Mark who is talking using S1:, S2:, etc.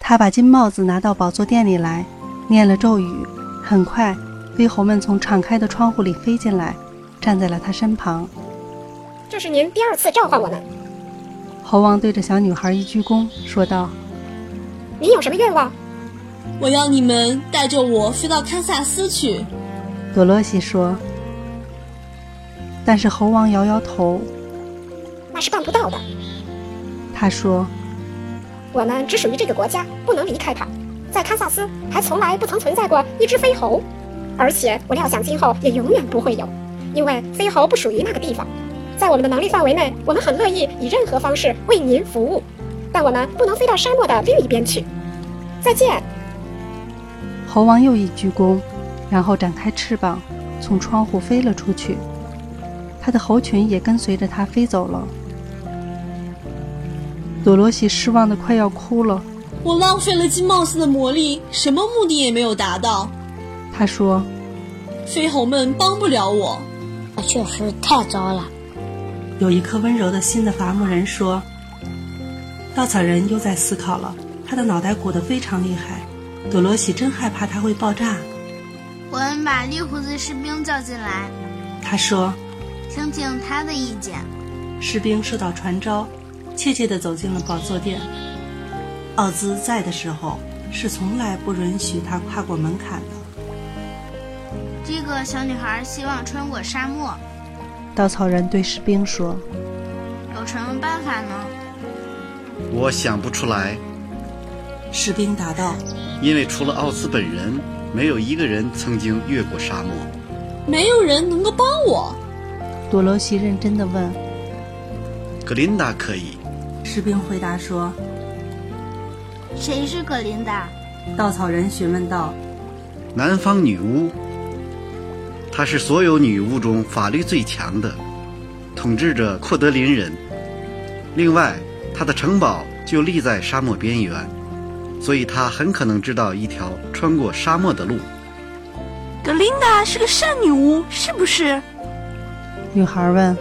S1: 他把金帽子拿到宝座殿里来，念了咒语，很快，飞猴们从敞开的窗户里飞进来，站在了他身旁。
S2: 这是您第二次召唤我们，
S1: 猴王对着小女孩一鞠躬，说道
S2: 您有什么愿望？
S3: 我要你们带着我飞到堪萨斯去。：“
S1: 多罗西说。”但是猴王摇摇头，
S2: 那是办不到的。
S1: 他说
S2: 我们只属于这个国家，不能离开它。在堪萨斯还从来不曾存在过一只飞猴，而且我料想今后也永远不会有，因为飞猴不属于那个地方。在我们的能力范围内，我们很乐意以任何方式为您服务，但我们不能飞到沙漠的另一边去。再见。：“
S1: 猴王又一鞠躬，然后展开翅膀，从窗户飞了出去。他的猴群也跟随着他飞走了。”多罗西失望的快要哭了，
S3: 我浪费了金帽子的魔力，什么目的也没有达到。
S1: 他说
S3: 飞猴们帮不了我。
S4: 确实太糟了。
S5: 有一颗温柔的心的伐木人说：“稻草人又在思考了，他的脑袋鼓得非常厉害。多罗西真害怕他会爆炸。
S6: 我们把绿胡子士兵叫进来，
S5: 他说
S6: 听听他的意见。：“
S5: 士兵受到传召，怯怯地走进了宝座殿。奥兹在的时候，是从来不允许他跨过门槛的。
S6: 这个小女孩希望穿过沙漠，：“
S1: 稻草人对士兵说。”
S6: 有什么办法呢？
S7: 我想不出来，
S5: 士兵答道
S7: 因为除了奥斯本人，没有一个人曾经越过沙漠。
S3: 没有人能够帮我。
S1: 多罗西认真地问
S7: 格琳达可以，：“
S5: 士兵回答说，
S6: 谁是格琳达？
S5: 稻草人询问道：
S7: 南方女巫，她是所有女巫中法律最强的，统治着阔德林人。另外，她的城堡就立在沙漠边缘，所以她很可能知道一条穿过沙漠的路。
S8: 格琳达是个善女巫，是不是？
S1: 女孩问